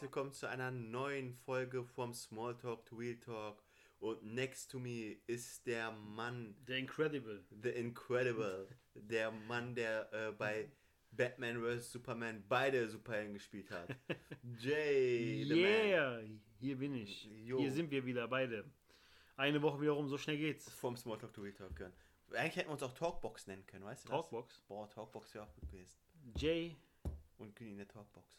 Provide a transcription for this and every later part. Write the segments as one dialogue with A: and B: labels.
A: willkommen zu einer neuen Folge vom Small Talk to Real Talk. Und next to me ist der Mann,
B: The Incredible.
A: The Incredible, der Mann, der äh, bei Batman vs. Superman beide Superhelden gespielt hat. Jay, the man.
B: Yeah, hier bin ich.
A: Jo.
B: Hier sind wir wieder beide. Eine Woche wiederum, so schnell geht's.
A: Vom Small Talk to Real Talk können. Eigentlich hätten wir uns auch Talkbox nennen können, weißt du das?
B: Talkbox.
A: Boah, Talkbox wäre auch gut gewesen.
B: Jay,
A: Und Günni in der Talkbox.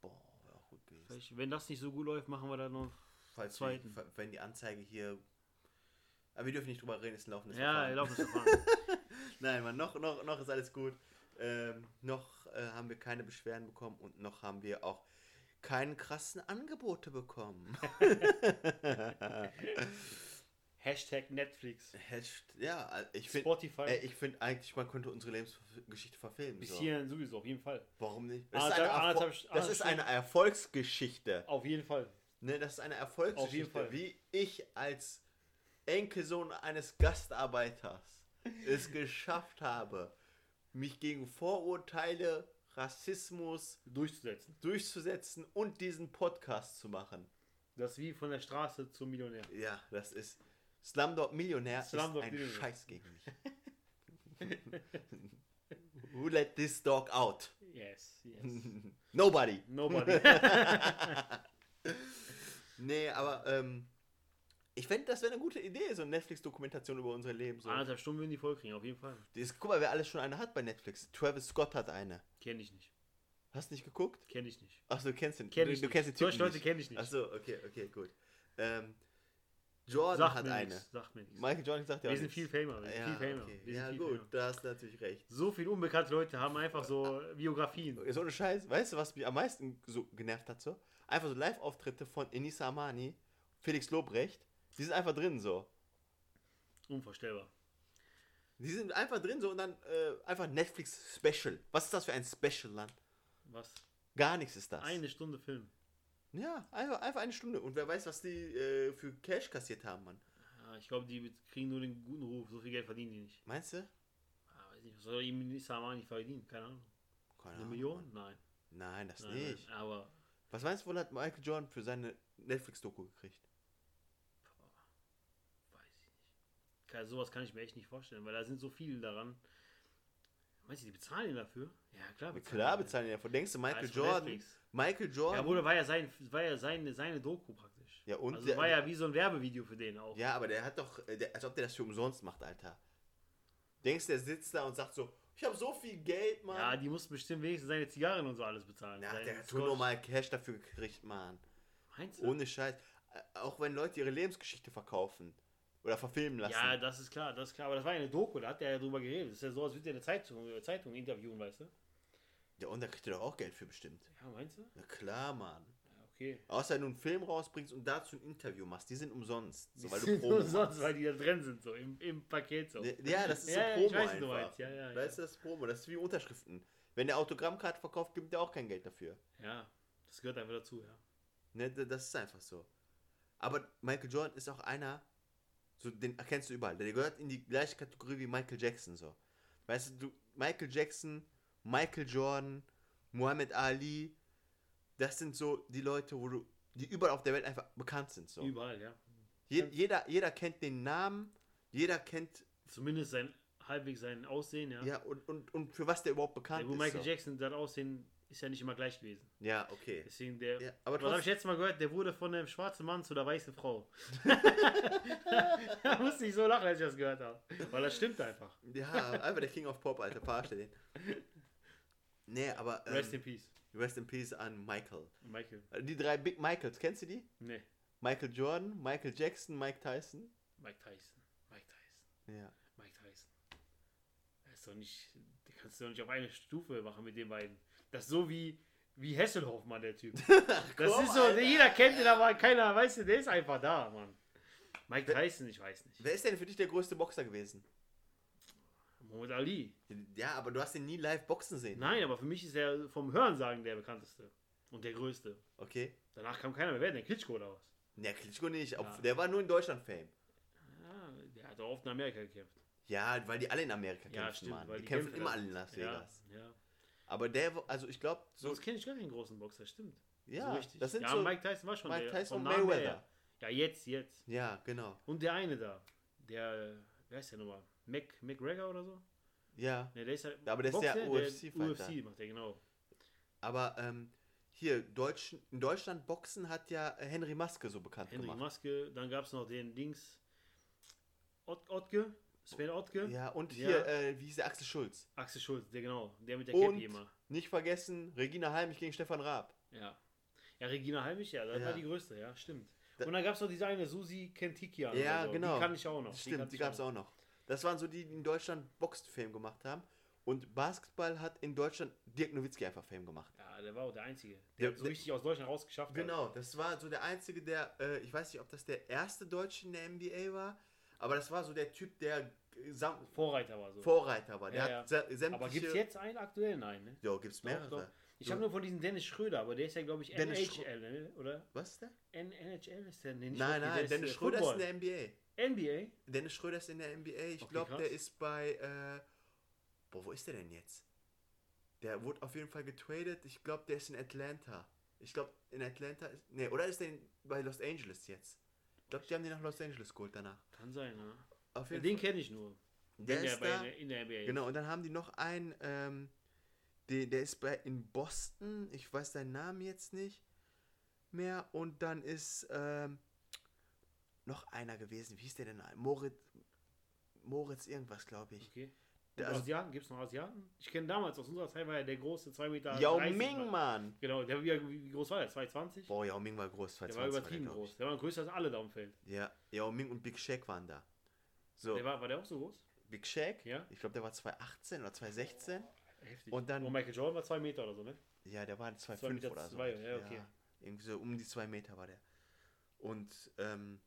A: Boah, wäre auch gut gewesen.
B: vielleicht, wenn das nicht so gut läuft, machen wir da noch.
A: Falls
B: Zweiten.
A: wir- fa- wenn die Anzeige hier. Aber wir dürfen nicht drüber reden, ist ein laufendes
B: Ja,
A: Verfahren.
B: laufendes Verfahren.
A: Nein, Mann, noch, noch, noch ist alles gut. Ähm, noch äh, haben wir keine Beschwerden bekommen und noch haben wir auch keine krassen Angebote bekommen.
B: Hashtag Netflix.
A: Hasht- ja, ich finde
B: Spotify.
A: äh, ich find eigentlich, man könnte unsere Lebensgeschichte verfilmen.
B: Bis
A: So.
B: hierhin sowieso, auf jeden Fall.
A: Warum nicht? Das, ist eine, Erfol
B: Anderthalb- anderthalb St-
A: das ist eine Erfolgsgeschichte.
B: Auf jeden Fall.
A: Ne, das ist eine Erfolgsgeschichte.
B: Auf jeden Fall.
A: Wie ich als Enkelsohn eines Gastarbeiters es geschafft habe, mich gegen Vorurteile, Rassismus
B: Durchzusetzen.
A: durchzusetzen und diesen Podcast zu machen.
B: Das ist wie von der Straße zum Millionär.
A: Ja, das ist. Slumdog Millionär
B: Slumdog
A: ist ein
B: Millionär.
A: Scheiß gegen mich. Who let this dog out?
B: Yes, yes.
A: Nobody.
B: Nobody.
A: Nee, aber ähm, ich fände, das wäre eine gute Idee, so eine Netflix-Dokumentation über unser Leben. So.
B: Anderthalb Stunden würden die voll kriegen, auf jeden Fall.
A: Das, guck mal, wer alles schon eine hat bei Netflix. Travis Scott hat eine.
B: Kenne ich nicht.
A: Hast nicht geguckt?
B: Kenne ich nicht.
A: Achso, du kennst den.
B: Kenn
A: du,
B: ich
A: du
B: nicht.
A: kennst den
B: Solche
A: Typen
B: Leute
A: nicht.
B: kenn ich nicht.
A: Achso, okay, okay, gut. Ähm, Jordan
B: Sagt
A: hat
B: mir
A: eine.
B: nichts. Sagt mir nichts.
A: Michael Jordan sagt ja
B: Wir
A: auch
B: sind
A: nichts.
B: viel famer, wir sind
A: ja,
B: viel famer,
A: Okay.
B: wir sind
A: ja,
B: viel
A: gut,
B: famer.
A: da hast du natürlich recht.
B: So viele unbekannte Leute haben einfach so Biografien.
A: So ohne Scheiß, weißt du, was mich am meisten so genervt hat? So? Einfach so Live-Auftritte von Enisa Amani, Felix Lobrecht. Die sind einfach drin so.
B: Unvorstellbar.
A: Die sind einfach drin so und dann äh, einfach Netflix Special. Was ist das für ein Special, Land?
B: Was?
A: Gar nichts ist das.
B: Eine Stunde Film.
A: Ja, einfach, einfach eine Stunde. Und wer weiß, was die äh, für Cash kassiert haben, Mann.
B: Ja, ich glaube, die kriegen nur den guten Ruf. So viel Geld verdienen die nicht.
A: Meinst du?
B: Ah, weiß nicht, was soll eben nicht Samani verdienen? Keine Ahnung.
A: Keine
B: Eine
A: Ahnung,
B: Million?
A: Mann.
B: Nein.
A: Nein, das
B: nein,
A: nicht.
B: Nein. Aber
A: Was meinst du, wohl hat Michael Jordan für seine Netflix-Doku gekriegt?
B: weiß ich nicht. Kann, sowas kann ich mir echt nicht vorstellen, weil da sind so viele daran. Meinst du, die bezahlen ihn dafür? Ja, klar.
A: Klar
B: die ihn.
A: bezahlen die davon. Denkst du, Michael
B: Als von
A: Jordan?
B: Netflix.
A: Michael
B: Ja,
A: Jordan?
B: wurde war ja, sein, war ja seine, seine Doku praktisch.
A: Ja, und
B: Also
A: der-
B: war ja wie so ein Werbevideo für den auch.
A: Ja, aber der hat doch, äh, der, als ob der das für umsonst macht, Alter. Denkst du, der sitzt da und sagt so, ich habe so viel Geld, Mann.
B: Ja, die mussten bestimmt wenigstens seine Zigarren und so alles bezahlen.
A: Ja,
B: Seinen
A: der hat
B: Scotch.
A: nur normal Cash dafür gekriegt, Mann.
B: Meinst du?
A: Ohne Scheiß. Äh, Auch wenn Leute ihre Lebensgeschichte verkaufen oder verfilmen lassen.
B: ja, das ist klar, das ist klar. Aber das war ja eine Doku, da hat er ja drüber geredet. Das ist ja so, als würde er eine Zeitung, äh, Zeitung interviewen, weißt du?
A: Ja, und da kriegt ihr doch auch Geld für bestimmt.
B: Ja, meinst du?
A: Na klar, Mann.
B: Ja, okay.
A: Außer wenn du einen Film rausbringst und dazu ein Interview machst, die sind umsonst. So, weil
B: Die
A: du
B: sind
A: Promo
B: umsonst,
A: machst. Ne,
B: weil die da drin sind, so im, im Paket so.
A: Ja, das ist
B: Ja, ja,
A: so Promo
B: ich weiß, was
A: einfach.
B: du meinst. Ja, ja,
A: Weißt du, das ist Promo, das ist wie Unterschriften. Wenn der Autogrammkarte verkauft, gibt der auch kein Geld dafür.
B: Ja, das gehört einfach dazu, ja.
A: Ne, d- das ist einfach so. Aber Michael Jordan ist auch einer, so den erkennst du überall. Der gehört in die gleiche Kategorie wie Michael Jackson so. Weißt du, du Michael Jackson, Michael Jordan, Muhammad Ali, das sind so die Leute, wo du die überall auf der Welt einfach bekannt sind so.
B: Überall, ja.
A: Je, jeder jeder kennt den Namen, jeder kennt
B: Zumindest sein halbwegs sein Aussehen, ja.
A: ja und, und, und für was der überhaupt
B: Der,
A: bekannt
B: wo
A: ist.
B: Michael
A: so.
B: Jackson sein Aussehen ist ja nicht immer gleich gewesen.
A: Ja, okay.
B: Deswegen der.
A: Ja, aber
B: aber was habe
A: trotz-
B: ich jetzt mal gehört? Der wurde von einem schwarzen Mann zu einer weißen Frau. da musste ich so lachen, als ich das gehört habe. Weil das stimmt einfach.
A: Ja, einfach der King of Pop, Alter, verarsch den. Nee, aber ähm,
B: Rest in peace,
A: Rest in Peace an Michael. Äh,
B: Michael.
A: Die drei Big Michaels, kennst du die?
B: Nee,
A: Michael Jordan, Michael Jackson, Mike Tyson.
B: Mike Tyson. Mike Tyson.
A: Ja.
B: Mike Tyson. Das ist doch nicht. Den kannst du doch nicht auf eine Stufe machen mit den beiden. Das ist so wie. Wie Hesselhoff, Mann, der Typ. Das
A: komm,
B: ist so,
A: Alter.
B: jeder kennt ihn, aber keiner weiß, der ist einfach da, Mann. Mike Tyson, ich weiß nicht.
A: Wer ist denn für dich der größte Boxer gewesen?
B: Muhammad Ali.
A: Ja, aber du hast ihn nie live boxen sehen.
B: Nein, aber für mich ist er vom Hörensagen der bekannteste und der größte.
A: Okay.
B: Danach kam keiner mehr. Wer denn? Klitschko oder was?
A: Ja, Klitschko nicht. ob-
B: Ja.
A: Der war nur in Deutschland Fame.
B: Ja, der hat auch oft in Amerika gekämpft.
A: Ja, weil die alle in Amerika kämpfen,
B: Ja, stimmt.
A: Mann.
B: weil
A: die, kämpfen
B: kämpfen
A: immer
B: da.
A: alle in Las Vegas.
B: Ja, ja.
A: Aber der, wo- also ich glaube, so,
B: Sonst kenne ich gar keinen großen Boxer, stimmt.
A: Ja,
C: So richtig.
A: das sind
B: Ja,
A: so
B: Mike Tyson war schon
A: Mike
B: der.
A: Tyson
B: vom
A: und
B: Namen her,
A: Mayweather.
B: Ja, jetzt, jetzt.
A: Ja, genau.
B: Und der eine da, der, äh, wer ist der nochmal? Mac, McGregor oder so?
A: Ja,
B: Ne, der ist halt
A: Aber der ist der UFC-Fighter.
B: UFC macht der, genau.
A: aber ähm, hier, Deutsch, in Deutschland Boxen hat ja äh, Henry Maske so bekannt
B: Henrik
A: gemacht.
B: Maske, dann gab es noch den Dings, Ott, Ottke, Sven Ottke,
A: Ja, und
B: Ja.
A: hier, äh, wie hieß der Axel Schulz?
B: Axel Schulz, der genau, der mit der
A: Und
B: Cappy immer.
A: nicht vergessen, Regina Heimich gegen Stefan Raab.
B: Ja. Ja, Regina Heimich, ja, das
A: Ja.
B: war die größte, ja, stimmt.
A: Da-
B: Und dann gab es noch diese eine, Susi Kentikian.
A: Ja,
B: oder so.
A: genau.
B: Die kann ich auch noch.
A: Stimmt, die gab es auch noch. Das waren so die, die in Deutschland Boxfame gemacht haben. Und Basketball hat in Deutschland Dirk Nowitzki einfach Fame gemacht.
B: Ja, der war auch der Einzige,
A: Der-
B: der, so
A: der-
B: richtig aus Deutschland rausgeschafft hat.
A: Genau, das war so der einzige, der, äh, ich weiß nicht, ob das der erste Deutsche in der NBA war, aber das war so der Typ, der sam-
B: Vorreiter war so.
A: Vorreiter war. Der
B: Ja,
A: hat se- sämtliche.
B: aber gibt es jetzt einen aktuell? Nein, ne?
A: Jo, gibt's mehrere.
B: Doch, doch. Ich
A: Du-
B: habe nur von diesem Dennis Schröder, aber der ist ja, glaube ich,
A: Dennis Schrö-
B: NHL, ne? oder?
A: Was ist der?
B: N NHL ist der? Nee, nicht
A: nein,
B: Hockey,
A: nein,
B: der
A: Dennis
B: äh,
A: Schröder
B: Football.
A: ist in der NBA.
B: NBA?
A: Dennis Schröder ist in der NBA. Ich
B: Okay,
A: glaube,
B: krass.
A: der ist bei. Äh, boah, wo ist der denn jetzt? Der wurde auf jeden Fall getradet. Ich glaube, der ist in Atlanta. Ich glaube, in Atlanta ist. Nee, oder ist der in, bei Los Angeles jetzt? Ich glaube, die haben den nach Los Angeles geholt danach.
B: Kann sein, ne?
A: Auf
B: Ja,
A: jeden
B: den
A: Fall.
B: kenne ich nur.
A: Der
B: Wenn
A: ist
B: bei,
A: da.
B: in der NBA. ist.
A: Genau, und dann haben die noch einen, ähm, der, der ist bei in Boston, ich weiß seinen Namen jetzt nicht mehr. Und dann ist ähm, noch einer gewesen, wie hieß der denn? Moritz, Moritz irgendwas, glaube ich.
B: Okay. Und
A: Der- also-
B: Asiaten, gibt es noch Asiaten? Ich kenne damals, aus unserer Zeit war ja der große 2 Meter.
A: Yao
B: 30
A: Ming,
B: Mann.
A: Mann!
B: Genau, der, wie, wie groß war der? 2,20?
A: Boah, Yao Ming war groß,
B: Der war
A: 220
B: übertrieben
A: glaub ich.
B: groß. Der war größer als alle da im Feld.
A: Ja, Yao Ming und Big Shaq waren da. So,
B: Der war, war der auch so groß?
A: Big Shaq,
B: Ja.
A: ich glaube, der war 218 oder 216.
B: Heftig.
A: Und dann-
B: Und Michael Jordan war 2 Meter oder so, ne?
A: Ja, der war 2,5
B: Meter
A: oder so.
B: zwei, ja, okay.
A: irgendwie so um die 2 Meter war der. Und, ähm,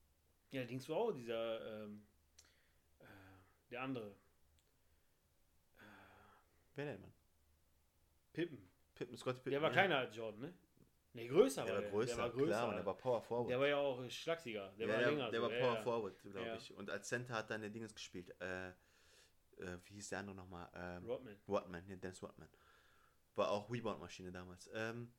B: Ja, der Dings war auch dieser, ähm, äh, der andere.
A: Wer denn, Mann?
B: Pippen.
A: Pippen, Scottie Pippen.
B: Der war
A: ja.
B: kleiner als Jordan, ne? Ne, größer
A: Der
B: war
A: war
B: der.
A: größer,
B: der war größer.
A: klar, und der war Power Forward.
B: der war ja auch schlagsiger. Der
A: Ja,
B: war
A: der,
B: länger.
A: der
B: so,
A: war
B: ja,
A: Power
B: ja.
A: Forward, glaube
B: Ja.
A: ich. Und als Center hat dann der Dingens gespielt. Äh, äh, wie hieß der andere nochmal? Ähm,
B: Rodman.
A: Watman, ja, Dennis Watman. War auch Rebound-Maschine damals. Ähm,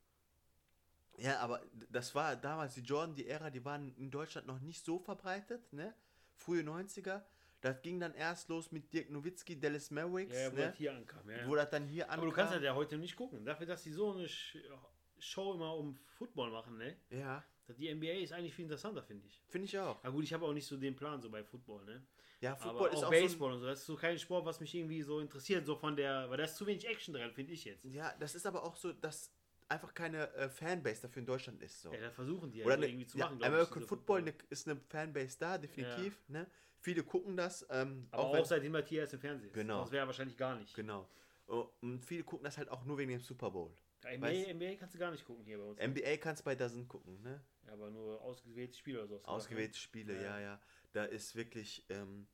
A: ja, aber d- das war damals die Jordan, die Ära, die waren in Deutschland noch nicht so verbreitet, ne? Frühe 90er. Das ging dann erst los mit Dirk Nowitzki, Dallas Mavericks,
B: Ja, ja, wo
A: ne?
B: das hier ankam. Ja.
A: Wo das dann hier
B: Aber du kannst das ja heute nicht gucken. Dafür, dass die so eine Sch- Show immer um Football machen, ne?
A: ja,
B: Die NBA ist eigentlich viel interessanter, finde ich.
A: finde ich auch.
B: Na gut, ich habe auch nicht so den Plan so bei Football, ne?
A: Ja,
B: Football
A: Football
B: Aber
A: ist
B: auch,
A: auch so ein-
B: Baseball und so. Das ist so kein Sport, was mich irgendwie so interessiert, so von der, weil da ist zu wenig Action dran, finde ich jetzt.
A: Ja, das ist aber auch so, dass einfach keine äh, Fanbase dafür in Deutschland ist. So.
B: Ja, da versuchen die ja
A: Oder
B: so
A: ne,
B: irgendwie zu
A: ja,
B: machen, glaub ich,
A: American
B: diese
A: Football, ne, ist eine Fanbase da, definitiv. Ne? Viele gucken das. Ähm,
B: Aber auch,
A: wenn-
B: seitdem Matthias im Fernsehen ist.
A: Genau.
B: Sonst wäre er wahrscheinlich gar nicht.
A: Genau. Oh, Und viele gucken das halt auch nur wegen dem Super Bowl.
B: Ja,
A: Weißt-
B: NBA, NBA kannst du gar nicht gucken hier bei uns. ne?
A: NBA kannst bei Dozen gucken, ne?
B: Ja, aber nur ausgewählte Spiele oder so. hast du
A: Ausgewählte Spiele, ja,
B: Ja.
A: ja. Da ist wirklich ähm,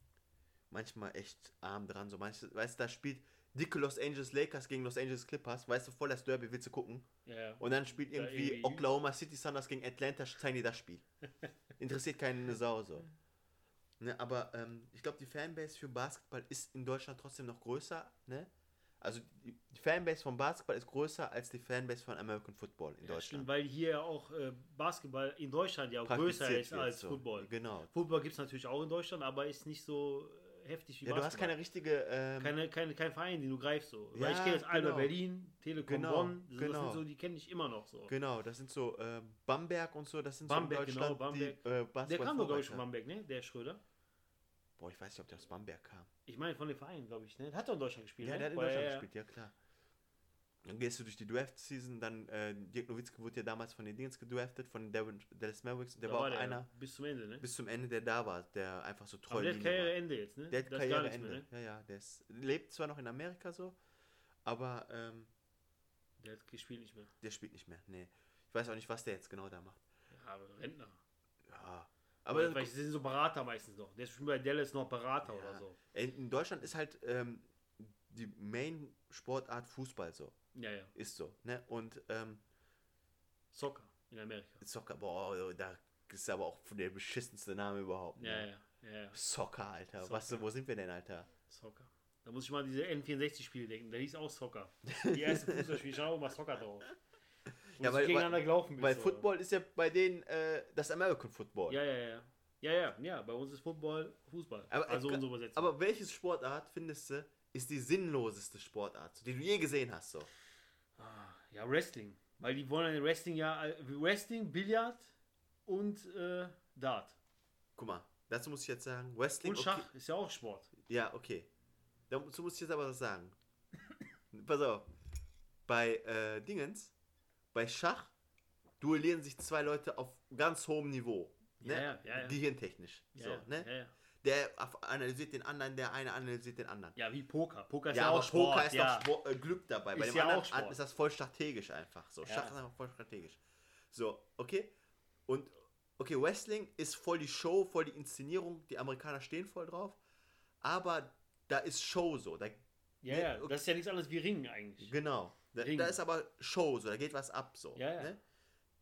A: manchmal echt arm dran. So manches, weißt du, da spielt dicke Los Angeles Lakers gegen Los Angeles Clippers, weißt du, voll das Derby, willst du gucken?
B: gesagt, ne? Ja, ja.
A: Und dann spielt
B: Da
A: irgendwie,
B: irgendwie-
A: Oklahoma City Sanders gegen Atlanta, zeigen die das Spiel. Interessiert keinen eine Sau so. Ne, aber ähm, ich glaube, die Fanbase für Basketball ist in Deutschland trotzdem noch größer. Ne? Also die die Fanbase von Basketball ist größer als die Fanbase von American Football in
B: Ja, stimmt,
A: Deutschland.
B: weil hier ja auch äh, Basketball in Deutschland ja auch
A: Praktiziert
B: größer ist
A: wird,
B: als
A: so.
B: Football.
A: Genau.
B: Football gibt es natürlich auch in Deutschland, aber ist nicht so äh, heftig wie
A: Ja, du hast keine
B: Basketball.
A: richtige. Ähm,
B: keine, keine, kein Verein, den du greifst so.
A: Ja,
B: Weil ich kenne jetzt Alba
A: genau.
B: Berlin, Telekom
A: Genau,
B: Bonn, so, das
A: genau.
B: sind so, die kenne ich immer noch so.
A: Genau, das sind so ähm, Bamberg und so. Das sind so
B: Bamberg,
A: in
B: genau,
A: Deutschland die äh, Basketball.
B: Der kam doch, glaube ich, von
A: Vorreiter.
B: Bamberg, ne? Der Schröder.
A: Boah, ich weiß nicht, ob der aus Bamberg kam.
B: Ich meine von den Vereinen, glaube ich, ne? Hat doch in Deutschland gespielt,
A: Ja,
B: ne?
A: der hat in
B: Weil-
A: Deutschland gespielt, ja klar. Dann gehst du durch die Draft-Season, dann äh, Dirk Nowitzki wurde ja damals von den Dings gedraftet, von den Devin- Dallas Mavericks. Und der
B: Da
A: war auch
B: der,
A: einer
B: Bis zum Ende, ne?
A: bis zum Ende, der da war, der einfach so treu
B: aber der hat
A: Linie war.
B: Karriereende jetzt, ne?
A: Der hat
B: Das ist gar nichts
A: Karriereende.
B: mehr, ne?
A: Ja, ja, der ist, lebt zwar noch in Amerika so, aber ähm,
B: ne? Der hat gespielt nicht mehr.
A: der spielt nicht mehr. Nee. Ich weiß auch nicht, was der jetzt genau da macht.
B: Ja, aber Rentner.
A: Ja.
B: Aber
A: Aber
B: weil das sind so Berater meistens noch. Der ist schon bei Dallas noch Berater
A: Ja.
B: oder so.
A: in in Deutschland ist halt ähm, die Main-Sportart Fußball so.
B: Ja, ja.
A: Ist so. Ne? Und ähm,
B: Soccer in Amerika.
A: Soccer, boah, da ist aber auch der beschissenste Name überhaupt.
B: Ja,
A: Ne?
B: ja, ja, ja.
A: Soccer, Alter. Was,
B: Soccer.
A: wo sind wir denn, Alter?
B: Soccer. Da muss ich mal an diese N64-Spiele denken. Da hieß auch Soccer. Die ersten Fußballspiele, ich auch mal Soccer drauf. Wo
A: Ja,
B: sie
A: weil-
B: gegeneinander gelaufen ist.
A: Weil
B: oder?
A: Football ist ja bei denen äh, das American Football.
B: Ja, ja, ja. Ja, ja, ja. Bei uns ist Football Fußball.
A: Aber-
B: also
A: äh,
B: unsere Übersetzung.
A: Aber welches Sportart findest du ist die sinnloseste Sportart, die du je gesehen hast? So.
B: Ah, ja, Wrestling. Weil die wollen ja Wrestling ja. äh, Wrestling, Billard und äh, Dart.
A: Guck mal, dazu muss ich jetzt sagen, Wrestling.
B: Und Schach
A: Okay,
B: ist ja auch Sport.
A: ja, okay. Dazu muss ich jetzt aber was sagen. Pass auf. Bei äh, Dingens, bei Schach duellieren sich zwei Leute auf ganz hohem Niveau. Ne?
B: Ja, ja, ja, ja.
A: Gehirntechnisch.
B: Ja,
A: so,
B: ja,
A: ne?
B: ja, ja.
A: Der af- analysiert den anderen, der eine analysiert den anderen.
B: ja, wie Poker. Poker ist ja,
A: ja, aber
B: auch Sport.
A: Poker ist
B: ja.
A: doch Sport, äh, Glück dabei. Bei
B: Ist
A: dem
B: ja auch
A: anderen
B: Sport.
A: ist das voll strategisch einfach. So,
B: Ja.
A: Schach ist einfach voll strategisch. So, okay. Und okay, Wrestling ist voll die Show, voll die Inszenierung. Die Amerikaner stehen voll drauf. Aber da ist Show so. Da,
B: Ja,
A: Nee,
B: ja,
A: okay.
B: das ist ja nichts anderes wie Ringen eigentlich.
A: genau. Da,
B: Ring.
A: da ist aber Show so. Da geht was ab so.
B: Ja, ja.
A: Ne?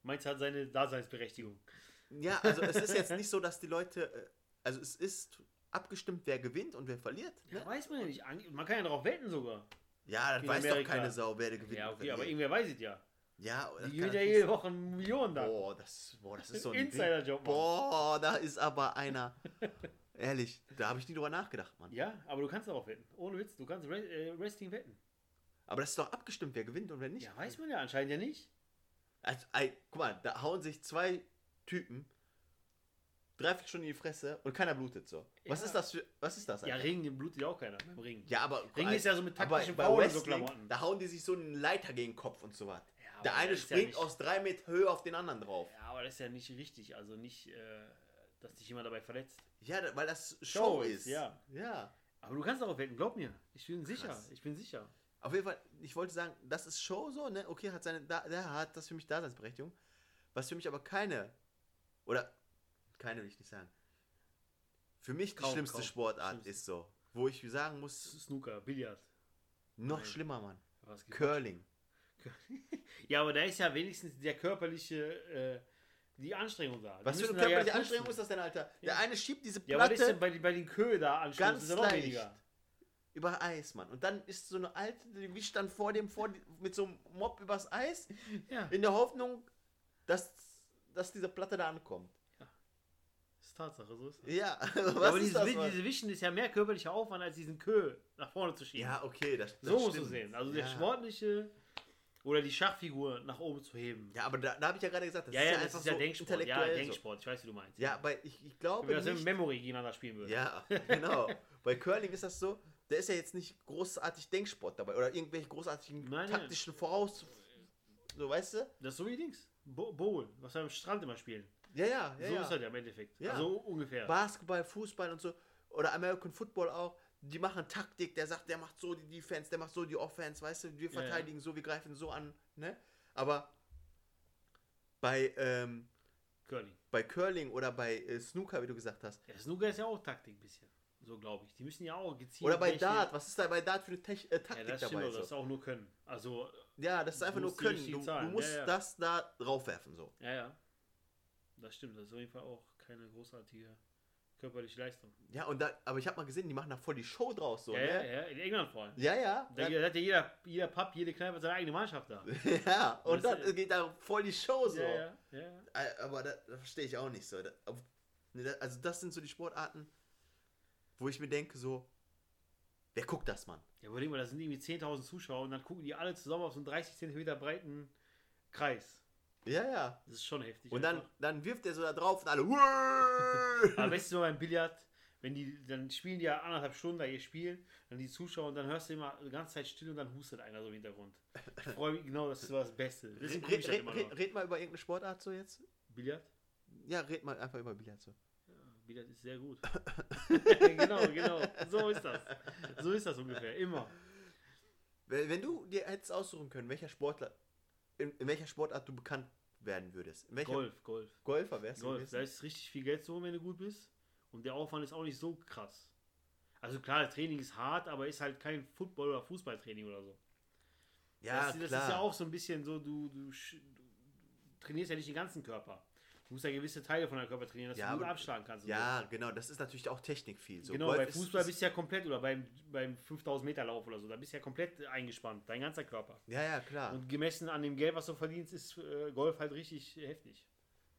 B: Meins hat seine Daseinsberechtigung.
A: ja also es ist jetzt nicht so, dass die Leute. äh, Also es ist abgestimmt, wer gewinnt und wer verliert.
B: Ja,
A: Ne?
B: weiß man ja nicht. Ange- Man kann ja darauf wetten sogar.
A: Ja, das
B: In
A: weiß
B: Amerika.
A: doch keine Sau, wer gewinnt.
B: Ja,
A: und
B: okay,
A: wer
B: aber
A: verliert.
B: irgendwer weiß es ja.
A: ja, oh, das kann
B: Die gewinnen ja
A: natürlich
B: jede Woche einen Millionen da.
A: Boah, das, boah, das ist so ein Ding.
B: Insiderjob. Mann.
A: Boah, da ist aber einer. Ehrlich, da habe ich nie drüber nachgedacht, Mann.
B: Ja, aber du kannst darauf wetten. Ohne Witz, du kannst Re äh, Wrestling wetten.
A: Aber das ist doch abgestimmt, wer gewinnt und wer nicht.
B: Ja, weiß man ja anscheinend ja nicht.
A: Also, ey, guck mal, da hauen sich zwei Typen dreiviertel Stunden in die Fresse und keiner blutet so. Was
B: Ja.
A: ist das für, was ist das?
B: Ja,
A: Alter?
B: Ringen blutet ja auch keiner beim Ringen.
A: ja aber also,
B: Ring ist ja so mit
A: aber
B: taktischen
A: bei
B: Fouls und so
A: Wrestling,
B: Klamotten.
A: da hauen die sich so einen Leiter gegen den Kopf und so was.
B: Ja, aber
A: der eine
B: das ist ja
A: springt
B: nicht-
A: aus drei Meter Höhe auf den anderen drauf.
B: Ja, aber das ist ja nicht richtig. Also nicht, äh, dass dich jemand dabei verletzt.
A: Ja, da- weil das Show,
B: Show ist,
A: ist.
B: ja.
A: Ja.
B: Aber du kannst darauf wetten, glaub mir. Ich bin sicher.
A: Krass.
B: Ich bin sicher.
A: Auf jeden Fall, ich wollte sagen, das ist Show so, ne? Okay, hat seine, da, der hat das für mich Daseinsberechtigung. Was für mich aber keine, oder keine will ich nicht sagen. Für mich die
B: Kaum,
A: schlimmste
B: kaum.
A: Sportart
B: Schlimmste.
A: ist so, wo ich sagen muss,
B: Snooker, Billard.
A: noch
B: Ja.
A: schlimmer, Mann.
B: Was gibt's?
A: Curling.
B: Ja, aber da ist ja wenigstens der körperliche, äh, die Anstrengung da. Die
A: Was für
B: müssen
A: eine
B: da ja
A: körperliche
B: pusten.
A: Anstrengung ist das denn, Alter?
B: Ja.
A: Der eine schiebt diese
B: Ja, aber das ist
A: Platte
B: denn bei, bei den Köhe da anstoßen,
A: Ganz
B: ist ja noch
A: leicht.
B: weniger.
A: über Eis, Mann. Und dann ist so eine alte, die wischt dann vor dem, vor, mit so einem Mob übers Eis,
B: Ja,
A: in der Hoffnung, dass, dass diese Platte da ankommt.
B: ist Tatsache, so ist das.
A: Ja, was
B: Ja, aber
A: ist
B: dieses,
A: das,
B: Wi-
A: Mann?
B: diese Wischen ist ja mehr körperlicher Aufwand, als diesen Köh nach vorne zu schieben.
A: Ja, okay, das, das
B: so musst du
A: stimmt.
B: sehen. Also
A: ja.
B: der sportliche oder die Schachfigur nach oben zu heben.
A: Ja, aber da, da habe ich ja gerade gesagt, das
B: ja,
A: ist
B: ja,
A: ja
B: das
A: einfach
B: ist ja
A: so
B: Denksport. Ja,
A: intellektuell. so.
B: Denksport, ich weiß, wie du meinst.
A: ja, aber ich, ich
B: Wenn wir
A: glaube
B: das mit
A: nicht.
B: Memory gegeneinander spielen würden.
A: Ja, genau. Bei Curling ist das so, da ist ja jetzt nicht großartig Denksport dabei oder irgendwelche großartigen
B: Nein, nein.
A: taktischen Voraus... So, weißt du?
B: Das ist so wie Dings. Bo Bowl, was wir am Strand immer spielen.
A: Ja, ja, ja.
B: so
A: ja.
B: ist halt- das ja im Endeffekt.
A: Ja.
B: Also ungefähr.
A: Basketball, Fußball und so oder American Football auch, die machen Taktik, der sagt, der macht so die Defense, der macht so die Offense, weißt du, wir
B: Ja, ja.
A: verteidigen so, wir greifen so an, ne? Aber bei, ähm,
B: Curling.
A: bei Curling oder bei äh, Snooker, wie du gesagt hast,
B: Ja, Snooker ist ja auch Taktik ein bisschen. So glaube ich. Die müssen ja auch gezielt.
A: Oder bei
B: welche-
A: Dart, was ist da bei Dart für eine Tech äh,
B: Ja,
A: Taktik
B: das stimmt,
A: dabei?
B: aber das ist
A: so?
B: auch nur können. Also,
A: Ja, das ist
B: Du
A: einfach nur
B: musst die
A: Können.
B: richtigen
A: Du, du
B: Zahlen,
A: musst
B: ja, ja.
A: das da draufwerfen, so.
B: ja, ja. Das stimmt. Das ist auf jeden Fall auch keine großartige körperliche Leistung.
A: Ja, und da, aber ich habe mal gesehen, die machen da voll die Show draus, so,
B: ja, ja,
A: ne?
B: ja, in England vor allem.
A: Ja, ja.
B: Da,
A: Dann,
B: da hat ja jeder, jeder Pub, jede Kneipe hat seine eigene Mannschaft da.
A: ja, und
B: Das-
A: dann geht da voll die Show, so.
B: Ja, ja, ja, ja.
A: Äh, Aber da, da verstehe ich auch nicht, so. Da, ob- ne, da- also, das sind so die Sportarten, wo ich mir denke, so, wer guckt das, Mann?
B: Ja, überleg mal, da sind irgendwie 10.000 Zuschauer und dann gucken die alle zusammen auf so einen 30 cm breiten Kreis.
A: Ja, ja.
B: Das ist schon heftig.
A: Und dann,
B: einfach.
A: dann wirft er so da drauf und alle.
B: Aber weißt du, so beim Billard, wenn die, dann spielen die ja anderthalb Stunden da ihr Spiel, dann die Zuschauer und dann hörst du immer die ganze Zeit still und dann hustet einer so im Hintergrund. Ich freue mich, genau, das ist so das Beste. Das
A: red,
B: gucke ich
A: red,
B: halt immer
A: red,
B: noch.
A: red, red mal über irgendeine Sportart so jetzt.
B: Billard?
A: Ja, red mal einfach über Billard so.
B: Ja, Billard ist sehr gut. genau, genau. So ist das. So ist das ungefähr. Immer.
A: Wenn wenn du dir hättest aussuchen können, welcher Sportler, in, in welcher Sportart du bekannt werden würdest, in welcher
B: Golf, Golf.
A: Golfer wärst du
B: Golf, da
A: gewesen?
B: ist richtig viel Geld zu holen, wenn du gut bist. Und der Aufwand ist auch nicht so krass. Also klar, das Training ist hart, aber ist halt kein Football- oder Fußballtraining oder so.
A: Ja,
B: das, das
A: klar.
B: ist ja auch so ein bisschen so, du, du, sch- du trainierst ja nicht den ganzen Körper. Du musst ja gewisse Teile von deinem Körper trainieren, dass
A: Ja,
B: du gut
A: aber-
B: abschlagen kannst. und
A: Ja, genau, das ist natürlich auch Technik viel.
B: so.
A: So.
B: Genau,
A: Golf
B: bei
A: ist-
B: Fußball
A: ist-
B: bist du ja komplett oder beim, beim 5000 Meter Lauf oder so, da bist du ja komplett eingespannt, dein ganzer Körper.
A: Ja, ja, klar.
B: Und gemessen an dem Geld, was du verdienst, ist äh, Golf halt richtig heftig.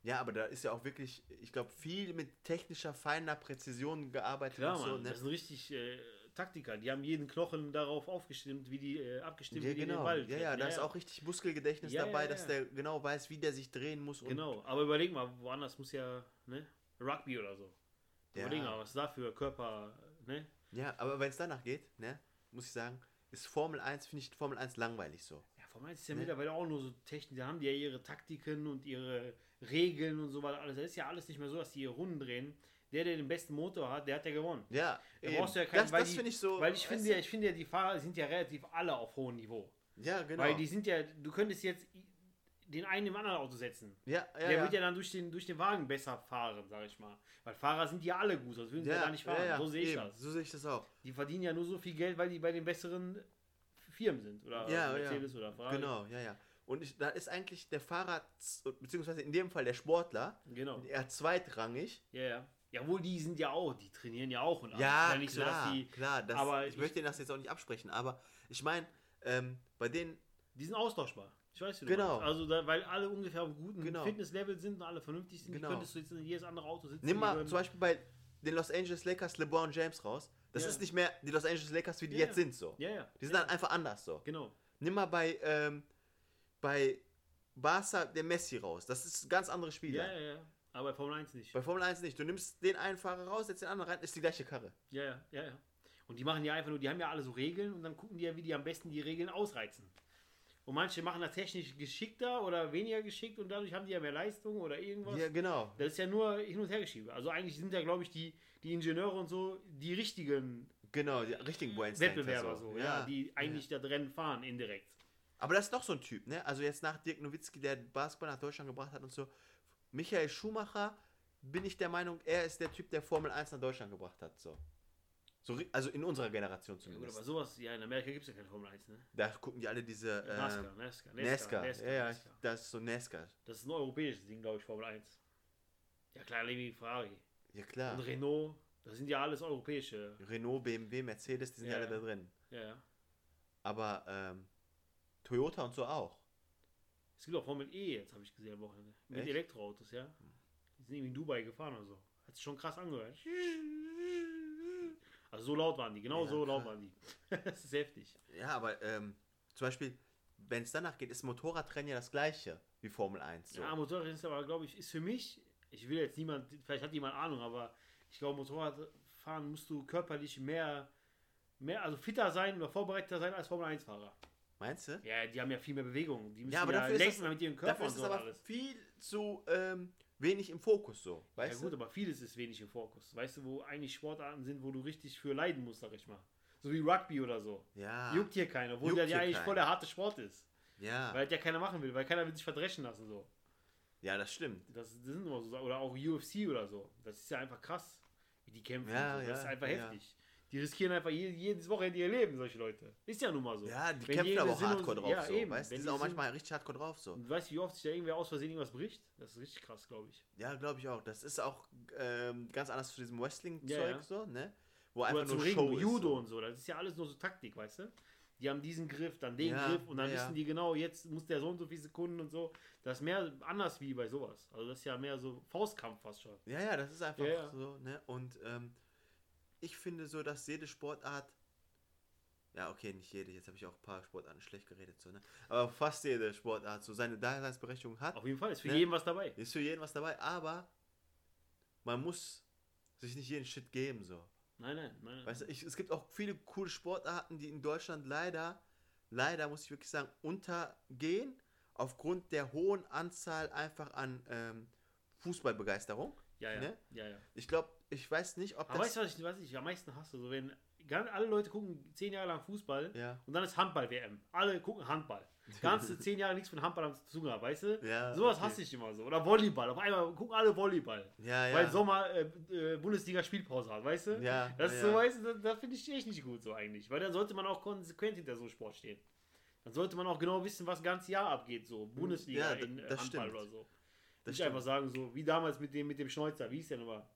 A: ja, aber da ist ja auch wirklich, ich glaube, viel mit technischer, feiner Präzision gearbeitet
B: Klar,
A: und so.
B: Mann,
A: ne?
B: das sind richtig äh, Taktiker. Die haben jeden Knochen darauf aufgestimmt, wie die äh, abgestimmt,
A: ja,
B: wie die in
A: genau.
B: den Ball.
A: ja, ja,
B: treffen.
A: da ist auch richtig Muskelgedächtnis
B: Ja, ja,
A: dabei,
B: ja,
A: dass
B: ja.
A: der genau weiß, wie der sich drehen muss. Und,
B: Genau, aber überleg mal, woanders muss ja, ne? Rugby oder so. Überleg mal,
A: Ja,
B: was da für Körper, ne?
A: ja aber wenn es danach geht, ne, muss ich sagen, ist Formel 1, finde ich Formel 1 langweilig so.
B: Ja, vor allem ist ja
A: Ne?
B: mittlerweile auch nur so Technik, da haben die ja ihre Taktiken und ihre Regeln und so weiter. alles. Das ist ja alles nicht mehr so, dass die ihre Runden drehen. Der, der den besten Motor hat, der hat ja gewonnen.
A: Ja,
B: Da
A: eben.
B: brauchst du ja keinen,
A: das,
B: weil
A: das
B: die-
A: finde ich so.
B: Weil ich finde,
A: weißt
B: ja, ich finde ja, die Fahrer sind ja relativ alle auf hohem Niveau.
A: du? ja, genau.
B: Weil die sind ja, du könntest jetzt den einen im anderen Auto setzen.
A: ja, ja,
B: der
A: ja.
B: wird ja dann durch den, durch den Wagen besser fahren, sag ich mal. Weil Fahrer sind ja alle gut, sonst würden sie ja, gar nicht fahren. so sehe ich
A: eben.
B: das.
A: So sehe ich das auch.
B: Die verdienen ja nur so viel Geld, weil die bei den besseren Firmen sind. Oder
A: Ja,
B: Mercedes oder Ferrari.
A: Genau, ja, ja. Und ich, da ist eigentlich der Fahrer, z- beziehungsweise in dem Fall der Sportler,
B: Genau.
A: eher zweitrangig.
B: Ja, ja. Jawohl, die sind ja auch, die trainieren ja auch. Und alles.
A: Ja,
B: Ist nicht so,
A: klar,
B: dass die,
A: klar. Das,
B: aber
A: ich,
B: ich-
A: möchte Ihnen das jetzt auch nicht absprechen, aber ich meine, ähm, bei denen,
B: die sind austauschbar. Ich weiß wie du
A: Genau.
B: meinst. Also, da, weil alle ungefähr auf einem guten
A: Genau.
B: Fitnesslevel sind und alle vernünftig sind, die
A: Genau.
B: könntest du jetzt in jedes andere Auto sitzen.
A: nimm
B: die
A: mal
B: würden-
A: zum Beispiel bei den Los Angeles Lakers LeBron James raus. Das
B: Ja.
A: ist nicht mehr die Los Angeles Lakers, wie die
B: Ja,
A: jetzt
B: ja.
A: sind, so.
B: Ja, ja,
A: Die sind dann einfach anders, so.
B: genau.
A: Nimm mal bei, ähm, bei Barca der Messi raus. Das ist ein ganz anderes Spiel.
B: Ja, ja, ja. Aber bei Formel 1 nicht.
A: Bei Formel 1 nicht. Du nimmst den einen Fahrer raus, setzt den anderen rein, ist die gleiche Karre.
B: Ja, ja, ja, ja. Und die machen ja einfach nur, die haben ja alle so Regeln und dann gucken die ja, wie die am besten die Regeln ausreizen. Und manche machen das technisch geschickter oder weniger geschickt und dadurch haben die ja mehr Leistung oder irgendwas.
A: Ja, genau.
B: Das ist ja nur hin und her geschiebe. Also eigentlich sind ja, glaube ich, die, die Ingenieure und so die richtigen
A: Genau, die richtigen Brains.
B: Wettbewerber so, ja, die eigentlich das Rennen fahren indirekt.
A: Aber das ist doch so ein Typ, ne? Also jetzt nach Dirk Nowitzki, der Basketball nach Deutschland gebracht hat und so. Michael Schumacher, bin ich der Meinung, er ist der Typ, der Formel 1 nach Deutschland gebracht hat. So. so ri- also in unserer Generation
B: Ja, gut,
A: zumindest.
B: aber sowas, ja, in Amerika gibt es ja keine Formel 1, ne?
A: da gucken die alle diese äh,
B: NASCAR,
A: Nesca.
B: NASCAR, NASCAR, NASCAR,
A: Ja, ja,
B: NASCAR.
A: das ist so Nesca.
B: Das ist ein europäisches Ding, glaube ich, Formel 1. Ja, klar, Levi Ferrari.
A: Ja klar.
B: Und Renault, das sind ja alles europäische.
A: Renault, BMW, Mercedes, die sind ja,
B: Ja,
A: alle da
B: ja.
A: drin.
B: Ja, ja.
A: Aber ähm, Toyota und so auch.
B: Es gibt auch Formel E, jetzt habe ich gesehen am Wochenende. Mit
A: Echt? Hm.
B: Elektroautos, ja. Die sind irgendwie in Dubai gefahren oder so. Hat sich schon krass angehört. Also so laut waren die, genau
A: Ja,
B: so laut
A: krass.
B: waren die. das ist heftig.
A: Ja, aber ähm, zum Beispiel, wenn es danach geht, ist Motorradrennen ja das gleiche wie Formel 1. So.
B: Ja, Motorrad ist aber, glaube ich, ist für mich, ich will jetzt niemand, vielleicht hat jemand Ahnung, aber ich glaube, Motorradfahren musst du körperlich mehr, mehr, also fitter sein oder vorbereiteter sein als Formel 1-Fahrer.
A: Meinst du?
B: Ja, die haben ja viel mehr Bewegung. Die müssen
A: aber
B: ja
A: dafür ist
B: lenken
A: das-
B: mit ihrem Körper
A: Dafür
B: und
A: ist es
B: so
A: aber
B: alles.
A: viel zu ähm, wenig im Fokus so.
B: ja
A: Weißt
B: gut,
A: du?
B: aber vieles ist wenig im Fokus. Weißt du, wo eigentlich Sportarten sind, wo du richtig für leiden musst, sag ich mal. So wie Rugby oder so.
A: Ja.
B: Juckt hier keiner, obwohl
A: Ah. Juckt
B: der ja
A: hier
B: eigentlich
A: keiner. Ah.
B: voll der harte Sport ist.
A: Ja.
B: Weil das ja keiner machen will, weil keiner will sich verdreschen lassen so.
A: ja, das stimmt.
B: Das, das sind immer so Sa- Oder auch UFC oder so. Das ist ja einfach krass, wie die kämpfen.
A: Ja,
B: und so. Das
A: ja,
B: ist einfach
A: ja.
B: heftig. Die riskieren einfach je, jedes Wochenende ihr Leben, solche Leute. Ist ja nun mal so.
A: Ja, die
B: Wenn
A: kämpfen
B: jeder
A: aber auch
B: Sinn und-
A: hardcore drauf.
B: ja,
A: so,
B: eben.
A: Weißt du? Die
B: Wenn
A: sind auch
B: die Sinn-
A: manchmal richtig hardcore drauf so.
B: Und weißt du, wie oft sich da irgendwer aus Versehen irgendwas bricht? Das ist richtig krass, glaube ich.
A: Ja, glaube ich auch. Das ist auch ähm, ganz anders zu diesem Wrestling-Zeug
B: Ja, ja.
A: so, ne? Wo
B: Oder
A: einfach
B: zum
A: nur
B: Ring,
A: Show ist,
B: Judo
A: so.
B: und so. Das ist ja alles nur so Taktik, weißt du? Die haben diesen Griff, dann den
A: Ja,
B: Griff und dann
A: ja, ja.
B: wissen die genau, jetzt muss der so und so viele Sekunden und so. Das ist mehr anders wie bei sowas. Also das ist ja mehr so Faustkampf fast schon.
A: Ja, ja, das ist einfach
B: Ja, ja.
A: so, ne? Und ähm, ich finde so, dass jede Sportart, ja, okay, nicht jede, jetzt habe ich auch ein paar Sportarten schlecht geredet, so, ne? Aber fast jede Sportart so seine Daseinsberechtigung hat.
B: Auf jeden Fall ist für
A: Ja.
B: jeden was dabei.
A: Ist für jeden was dabei, aber man muss sich nicht jeden Shit geben, so.
B: Nein, nein, nein. nein.
A: Weißt du, ich, es gibt auch viele coole Sportarten, die in Deutschland leider, leider muss ich wirklich sagen, untergehen, aufgrund der hohen Anzahl einfach an ähm, Fußballbegeisterung.
B: ja, ja,
A: ne?
B: ja, ja.
A: Ich glaube, ich weiß nicht, ob
B: Aber
A: das.
B: weißt du, was ich, was ich am meisten hasse? So, wenn ganz, alle Leute gucken zehn Jahre lang Fußball
A: ja.
B: und dann ist Handball-WM. Alle gucken Handball. Ganze zehn Jahre nichts von Handball am Zunge, haben, weißt du?
A: Ja,
B: Sowas
A: okay.
B: hasse ich immer so. Oder Volleyball. Auf einmal gucken alle Volleyball.
A: Ja, ja.
B: Weil Sommer äh, äh, Bundesliga-Spielpause hat, weißt du?
A: Ja,
B: Das ist
A: ja.
B: so, weißt du, das, das finde ich echt nicht gut so eigentlich. Weil dann sollte man auch konsequent hinter so einem Sport stehen. Dann sollte man auch genau wissen, was das ganze Jahr abgeht, so Bundesliga
A: Hm, Ja, d-
B: in äh,
A: das
B: Handball
A: stimmt.
B: oder so. Nicht
A: stimmt.
B: einfach sagen, so wie damals mit dem, mit dem Schneuzer, wie hieß der nochmal?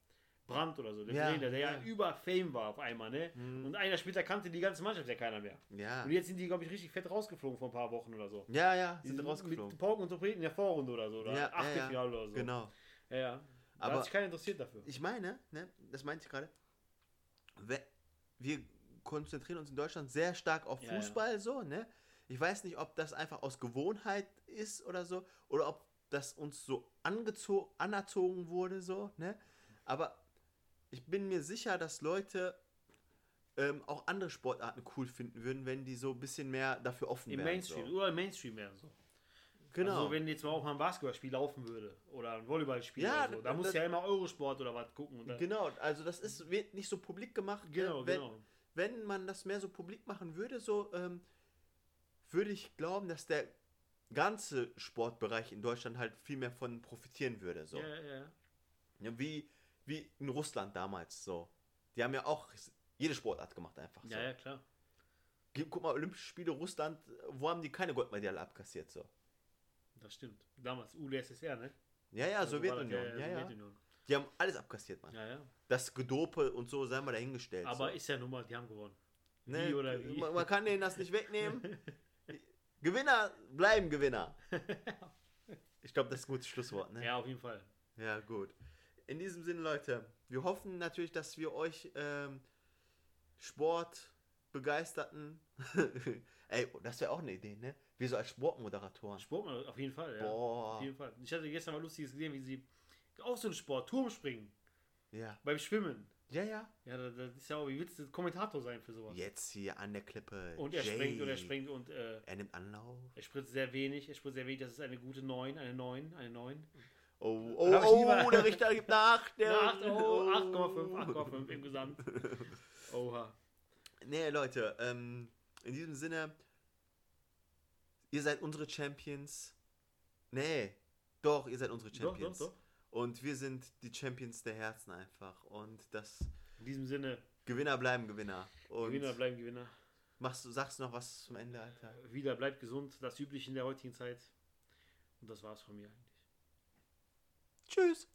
B: Brandt oder so, der
A: Ja,
B: Trainer, der ja,
A: ja. Hm.
B: über Fame war auf einmal, ne? Und ein Jahr später kannte die ganze Mannschaft ja keiner mehr.
A: Ja.
B: Und jetzt sind die, glaube ich, richtig fett rausgeflogen vor ein paar Wochen oder so.
A: Ja, ja,
B: Die
A: sind
B: Mit
A: rausgeflogen.
B: Pauken und Trompeten in der Vorrunde oder so, oder
A: Ja, ja, ja.
B: Achtelfinale oder so.
A: Genau.
B: Ja, ja. Da
A: Aber-
B: hat sich keiner interessiert dafür.
A: Ich meine, ne, das meinte ich gerade, we- wir konzentrieren uns in Deutschland sehr stark auf
B: Ja, ja.
A: Fußball, so, ne? Ich weiß nicht, ob das einfach aus Gewohnheit ist oder so, oder ob das uns so angezogen, anerzogen wurde, so, ne? Aber ich bin mir sicher, dass Leute ähm, auch andere Sportarten cool finden würden, wenn die so ein bisschen mehr dafür offen
B: Im
A: wären.
B: Mainstream,
A: So.
B: oder im Mainstream mehr so.
A: Genau.
B: Also wenn jetzt mal auch mal ein Basketballspiel laufen würde oder ein Volleyballspiel
A: Ja,
B: oder so,
A: das-
B: da musst
A: das-
B: du ja immer Eurosport oder was gucken. Und dann,
A: genau, also das ist wird nicht so publik gemacht. ne?
B: genau,
A: wenn,
B: genau.
A: wenn man das mehr so publik machen würde, so ähm, würde ich glauben, dass der ganze Sportbereich in Deutschland halt viel mehr von profitieren würde. So.
B: Ja, ja, ja.
A: Ja, wie, wie in Russland damals so. Die haben ja auch jede Sportart gemacht einfach. So.
B: ja, ja, klar.
A: Gib- Guck mal, Olympische Spiele Russland, wo haben die keine Goldmedaille abkassiert? So.
B: Das stimmt. Damals UdSSR, ne?
A: Ja, ja,
B: Also war
A: Ah,
B: das
A: Sowjetunion. Ja, ja,
B: Sowjetunion.
A: Die haben alles abkassiert, Mann.
B: Ja, ja.
A: Das Gedope und so, sei mal dahingestellt.
B: Aber
A: so.
B: ist ja nun mal, die haben gewonnen.
A: Ne,
B: Wie oder wie?
A: Man, man kann denen das nicht wegnehmen. Gewinner bleiben Gewinner. Ich glaube, das ist ein gutes Schlusswort. Ne?
B: Ja, auf jeden Fall.
A: Ja, gut. In diesem Sinne, Leute, wir hoffen natürlich, dass wir euch ähm, Sportbegeisterten. Ey, das wäre auch eine Idee, ne? Wir so als Sportmoderatoren.
B: Sport, auf jeden Fall, ja.
A: Boah.
B: Auf jeden Fall. Ich hatte gestern mal lustiges gesehen, wie sie auch so einen Sport, Turmspringen,
A: Ja.
B: beim Schwimmen.
A: Ja, ja.
B: Ja, das, das ist ja auch, wie willst du Kommentator sein für sowas?
A: Jetzt hier an der Klippe.
B: Und er
A: Jay.
B: springt und er springt und äh,
A: Er nimmt Anlauf.
B: er spritzt sehr wenig, er spritzt sehr wenig, das ist eine gute 9, eine 9, eine 9.
A: Oh,
B: Hab ich nie
A: oh,
B: mal-
A: oh der Richter gibt nach. Der,
B: Ja, 8, oh, 8,5, 8,5 im Gesamt. Oha.
A: Nee, Leute, ähm, in diesem Sinne, ihr seid unsere Champions. Nee, doch, ihr seid unsere
B: Doch,
A: Champions.
B: doch, doch.
A: Und wir sind die Champions der Herzen einfach. Und das
B: In diesem Sinne,
A: Gewinner bleiben Gewinner. Und
B: Gewinner bleiben Gewinner.
A: machst du, sagst noch was zum Ende, Alter?
B: Wieder bleibt gesund, das übliche in der heutigen Zeit. Und das war's von mir eigentlich.
A: Tschüss.